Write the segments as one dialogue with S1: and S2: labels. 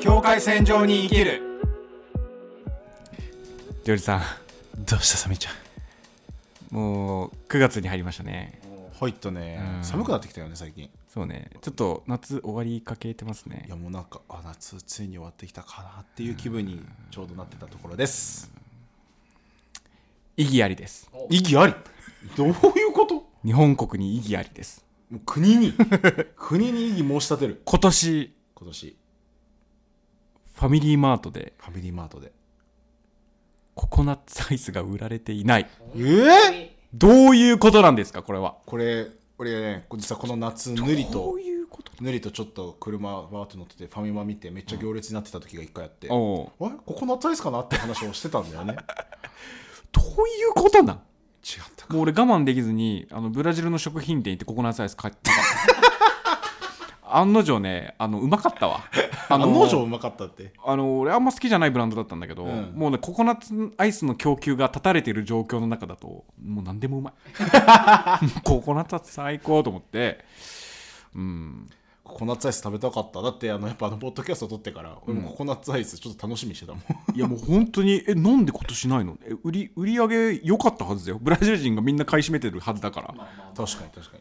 S1: 境界線上に生きるジョージさん
S2: どうしたサミちゃん
S1: もう9月に入りましたね
S2: 入ったね
S1: うん
S2: 寒くなってきたよね最近い
S1: そうねちょっと夏終わりかけてますね
S2: やもうなんかあ夏ついに終わってきたかなっていう気分にちょうどなってたところです
S1: 意義ありです
S2: 意義ありどういうことも
S1: 日本国に意義ありです
S2: う国に国に意義申し立てる
S1: 今年
S2: 今年
S1: ファミリーマートで
S2: ファミリーマートで
S1: ココナッツアイスが売られていない
S2: えー、
S1: どういうことなんですかこれは
S2: これ俺ね実はこの夏ぬり
S1: ど
S2: と
S1: ういうこと
S2: ぬりとちょっと車バーッと乗っててファミマ見てめっちゃ行列になってた時が一回あって、あれ
S1: おう
S2: ここ夏アイスかなって話をしてたんだよね 違っ
S1: どういうことなん
S2: たか
S1: もう俺我慢できずにあのブラジルの食品店行ってココナッツアイス買 ったから案の定ねあのうまかったわあ
S2: あ
S1: の
S2: の農場うまかったって
S1: あの俺あんま好きじゃないブランドだったんだけど、
S2: うん
S1: もうねココナッツアイスの供給が断たれてる状況の中だともう何でも うまいココナッツアイス最高と思ってうん
S2: ココナッツアイス食べたかっただってあのやっぱあのポッドキャスト撮ってから俺もココナッツアイスちょっと楽しみにしてたもん、
S1: いやもう本当にえなんで今年ないのえ売り売り上げ良かったはずだよブラジル人がみんな買い占めてるはずだから、
S2: 確かに確か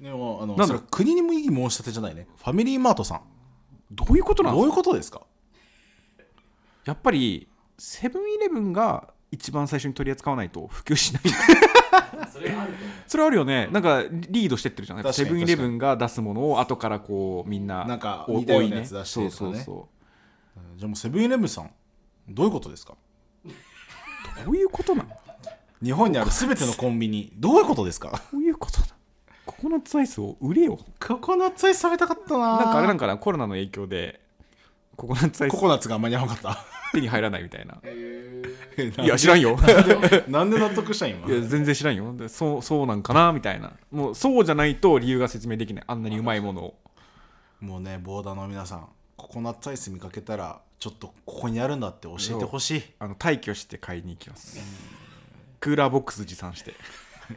S2: にでもあの
S1: なんだ
S2: それ国にも異議申し立てじゃないねファミリーマートさん
S1: どういうことなんです
S2: ど
S1: か
S2: ういうことですか
S1: やっぱりセブンイレブンが一番最初に取り扱わないと普 及しないそれはあるよねなんかリードしてってるじゃない
S2: 確か
S1: セ
S2: に
S1: ブンイレブンが出すものを後からこうみんな
S2: なんか
S1: お
S2: 似たようなやつ出して
S1: おい
S2: る
S1: ね
S2: とかね
S1: そうそう
S2: じゃあもうセブンイレブンさんどういうことですか
S1: そうどういうことなのど
S2: 日本にある全てのコンビニどういうことですか
S1: ういうことなのココナッツアイスを売れよ
S2: ココナッツアイス食べたかったな
S1: なんかあれなん
S2: か
S1: かなコロナの影響でココナッツアイス
S2: ココナッツが間に合わなかった
S1: 手に入らないみたいない
S2: い
S1: や知らんよ
S2: なんで納得したん今
S1: いや全然知らんよでそうそうなんかなみたいなもうそうじゃないと理由が説明できないあんなにうまいものを
S2: もうねボーダーの皆さんココナッツアイス見かけたらちょっとここにあるんだって教えてほしい
S1: あの退去して買いに行きますクーラーボックス持参して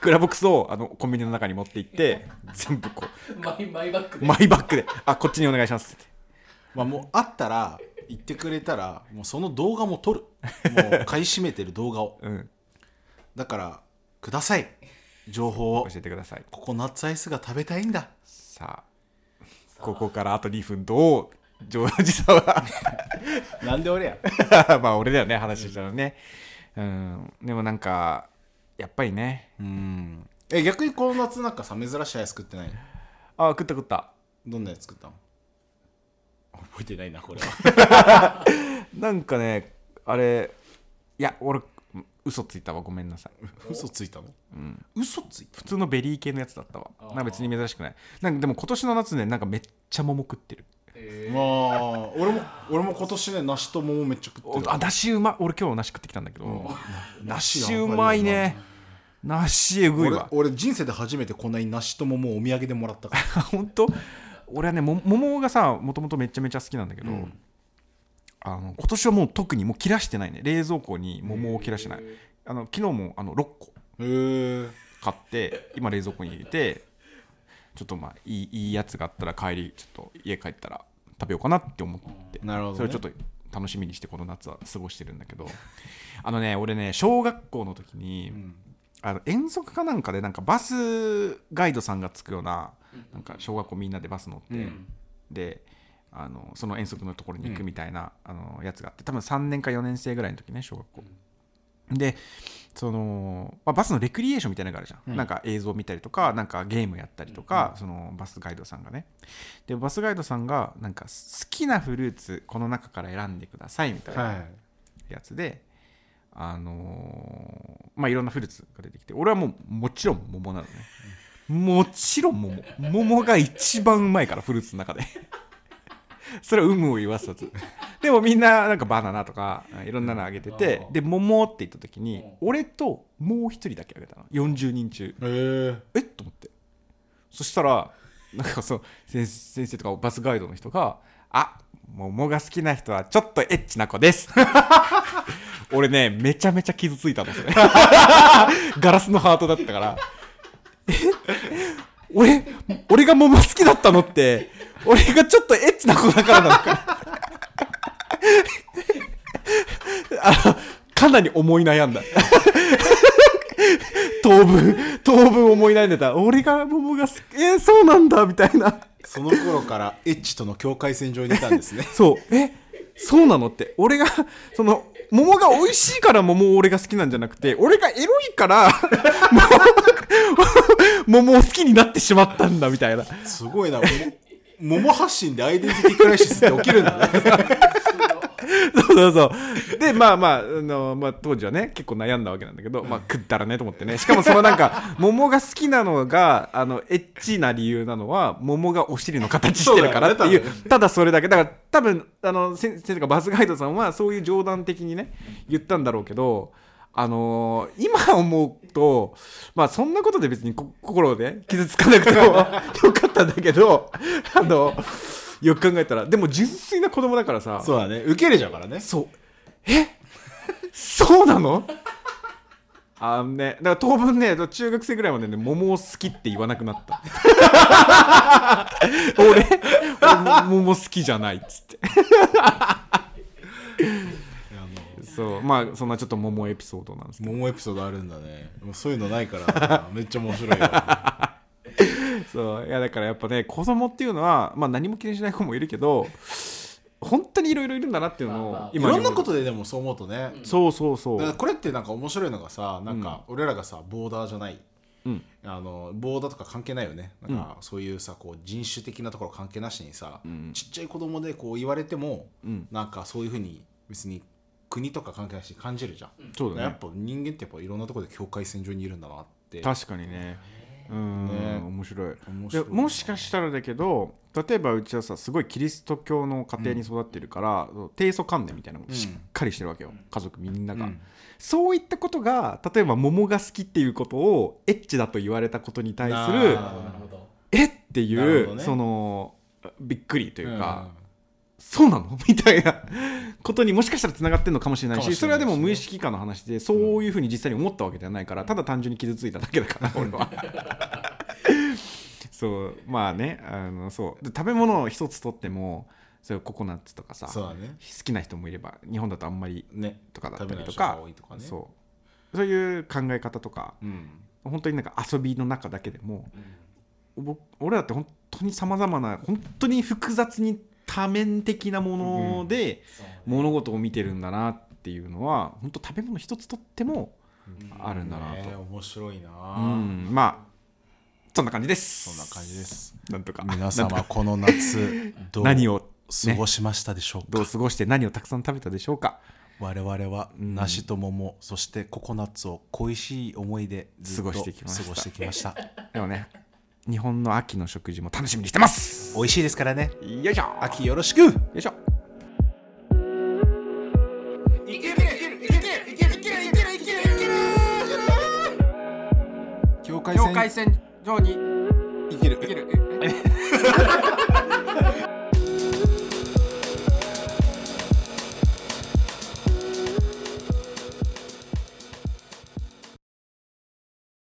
S1: クーラーボックスをあのコンビニの中に持って行って全部こ
S3: マイマイバッグ
S1: う
S3: で
S1: マイバッグであこっちにお願いしますって
S2: まあもうあったら言ってくれたらもうその動画も撮るもう買い占めてる動画を
S1: うん
S2: だからください情報を
S1: 教えてください
S2: ココナッツアイスが食べたいんだ
S1: さあここからあと2分どうジョージさんは
S2: なんで俺や
S1: まあ俺だよね話したのねうんでもなんかやっぱりね
S2: うんえ逆にこの夏なんかさ珍しいアイス食ってない
S1: あ食った食った
S2: どんなやつ作ったの覚えてないなこれは
S1: なんかねあれいや俺嘘ついたわごめんなさい
S2: 嘘ついたの、嘘ついた
S1: 普通のベリー系のやつだったわ
S3: あー
S1: なんか別に珍しくないなんかでも今年の夏ねなんかめっちゃ桃食ってる
S2: まあ俺も俺も今年ね梨と桃めっちゃ食ってる
S1: あ梨うまい俺今日梨食ってきたんだけど、梨
S2: やばいよ
S1: う
S2: な
S1: まいね梨えぐい
S2: 俺
S1: わ
S2: 俺人生で初めてこんなに梨と桃をお土産でもらったから
S1: 本当俺はねも桃がさもともとめちゃめちゃ好きなんだけど、
S2: うん
S1: あの今年はもう特にもう切らしてないね冷蔵庫に桃を切らしてないあの昨日もあの6個
S2: へえ
S1: 買って今冷蔵庫に入れてちょっとまあいいいいやつがあったら帰りちょっと家帰ったら食べようかなって思って
S2: なるほどね
S1: それをちょっと楽しみにしてこの夏は過ごしてるんだけど あのね俺ね小学校の時に、あの遠足かなんかでなんかバスガイドさんがつくようななんか小学校みんなでバス乗って、
S2: うん
S1: であのその遠足のところに行くみたいな、あのやつがあって多分3年か4年生ぐらいの時ね小学校。でその、まあ、バスのレクリエーションみたいなのがあるじゃん、
S2: うん
S1: なんか映像見たりとかなんかゲームやったりとか、そのバスガイドさんがねでバスガイドさんがなんか好きなフルーツこの中から選んでくださいみたいな
S2: はい
S1: やつで、あのーまあいろんなフルーツが出てきて俺はもうもちろん桃なのねもちろん桃桃が一番うまいからフルーツの中で それは有無を言わさずでもみんななんかバナナとかいろんなのあげてて
S3: うん
S1: で桃って言った時に
S3: うん
S1: 俺ともう一人だけあげたの40人中
S2: へえ
S1: えっと思ってそしたらなんかその先先生とかバスガイドの人が「あ桃が好きな人はちょっとエッチな子です」 俺ねめちゃめちゃ傷ついたのそれ ガラスのハートだったからえ俺俺が桃好きだったのって俺がちょっとエッチな子だからなのか かなり思い悩んだ当分当分思い悩んでた俺が桃が好きえーそうなんだみたいな
S2: その頃からエッチとの境界線上にいたんですね
S1: そうえそうなのって俺がその桃が美味しいから桃を俺が好きなんじゃなくて俺がエロいから桃桃を好きになってしまったんだみたいな
S2: すごいなも桃発信でアイデンティティクライシスって起きるんだね
S1: そうそうそう。で、まあまあ、あの、まあ当時はね、結構悩んだわけなんだけど、まあ食ったらねと思ってね。しかもそのなんか、 桃が好きなのが、あの、エッチな理由なのは、桃がお尻の形してるからって
S2: そうだ
S1: い
S2: よ
S1: う、
S2: ね多分
S1: ただそれだけ。だから多分、あの、先先生がバズガイドさんはそういう冗談的にね、言ったんだろうけど、あのー今思うと、まあそんなことで別にこ心で傷つかなくても よかったんだけど、 あの、よく考えたら、でも純粋な子供だからさ、
S2: そうだね受け入れちゃうからね
S1: そうえそうなのあのねだから当分ね中学生ぐらいまでね桃を好きって言わなくなった 俺俺も桃好きじゃないっつって
S2: いやも
S1: そうまあそんなちょっと桃エピソードなんです
S2: う
S1: け
S2: 桃エピソードあるんだねもうそういうのないからめっちゃ面 白いわ
S1: どそういやだからやっぱね子供っていうのは、まあ、何も気にしない子もいるけど本当にいろいろいるんだなっていうの
S3: まあま
S1: を
S3: あ
S2: い
S1: 今
S2: ろ
S1: に
S2: ん
S1: 思う
S2: なことででもそう思うとね、
S1: そうそうそ
S2: だから
S1: う
S2: これってなんか面白いのがさなんか俺らがさボーダーじゃない
S1: うん
S2: あのボーダーとか関係ないよねなんかそういうさこう人種的なところ関係なしにさ、
S1: ん
S2: ちっちゃい子供でこう言われても、
S1: うん
S2: なんかそういうふうに別に国とか関係なしに感じるじゃん、
S1: そうだ
S2: やっ
S1: ね
S2: ぱ人間ってやっぱいろんなところで境界線上にいるんだなって
S1: 確かにねうん
S2: ね
S1: 面白い
S2: 面
S1: で
S2: 白い
S1: もしかしたらだけど例えばうちはさすごいキリスト教の家庭に育ってるから、低素観念みたいなの
S2: うん
S1: しっかりしてるわけよ、家族みんなが、
S2: うん
S1: そういったことが例えば桃が好きっていうことをエッチだと言われたことに対する
S2: なあ
S3: なるほど。
S1: えって
S2: なる
S1: い
S2: ほど
S1: う、
S2: ね
S1: そのびっくりというか、
S2: ん
S1: そうなの みたいなことにもしかしたらつながってるのかもしれないし
S2: かもしれないしね
S1: それはでも無意識化の話でそういうふうに実際に思ったわけではないから、ただ単純に傷ついただけだから俺 は。そうまあねあのそうで食べ物を一つとってもそういうココナッツとかさ
S2: そう
S1: 好
S2: だね
S1: きな人もいれば日本だとあんまり
S2: ね
S1: とかだった
S2: 食べな
S1: り
S2: い
S1: と
S2: 人が
S1: か
S2: 多いとかね
S1: そうそういう考え方とか
S2: うん
S1: 本当になんか遊びの中だけでも僕俺らって本当にさまざまな本当に複雑に多面的なもので
S3: そう
S1: 物事を見てるんだなっていうのは本当食べ物一つとってもあるんだなと、
S2: ね面白いな
S1: う
S2: あ
S1: んまあそんな感じで
S2: そ
S1: す
S2: んな感じです
S1: なんとか
S2: 皆様この夏どう
S1: 何を
S2: 過ごしましたでしょうか
S1: どう過ごして何をたくさん食べたでしょうか
S2: 我々は梨と桃、そしてココナッツを恋しい思いでずっと
S1: 過ごしてきました
S2: 過ごしてきました
S1: でもね日本の秋の食事も楽しみにしてます
S2: 美味しいですからね
S1: よいしょ
S2: 秋よろしく
S1: よいしょ
S4: いけるいけるいけるいけるいけるいけるいけるいける
S2: 境界
S4: 境界線上に
S2: いける
S4: いける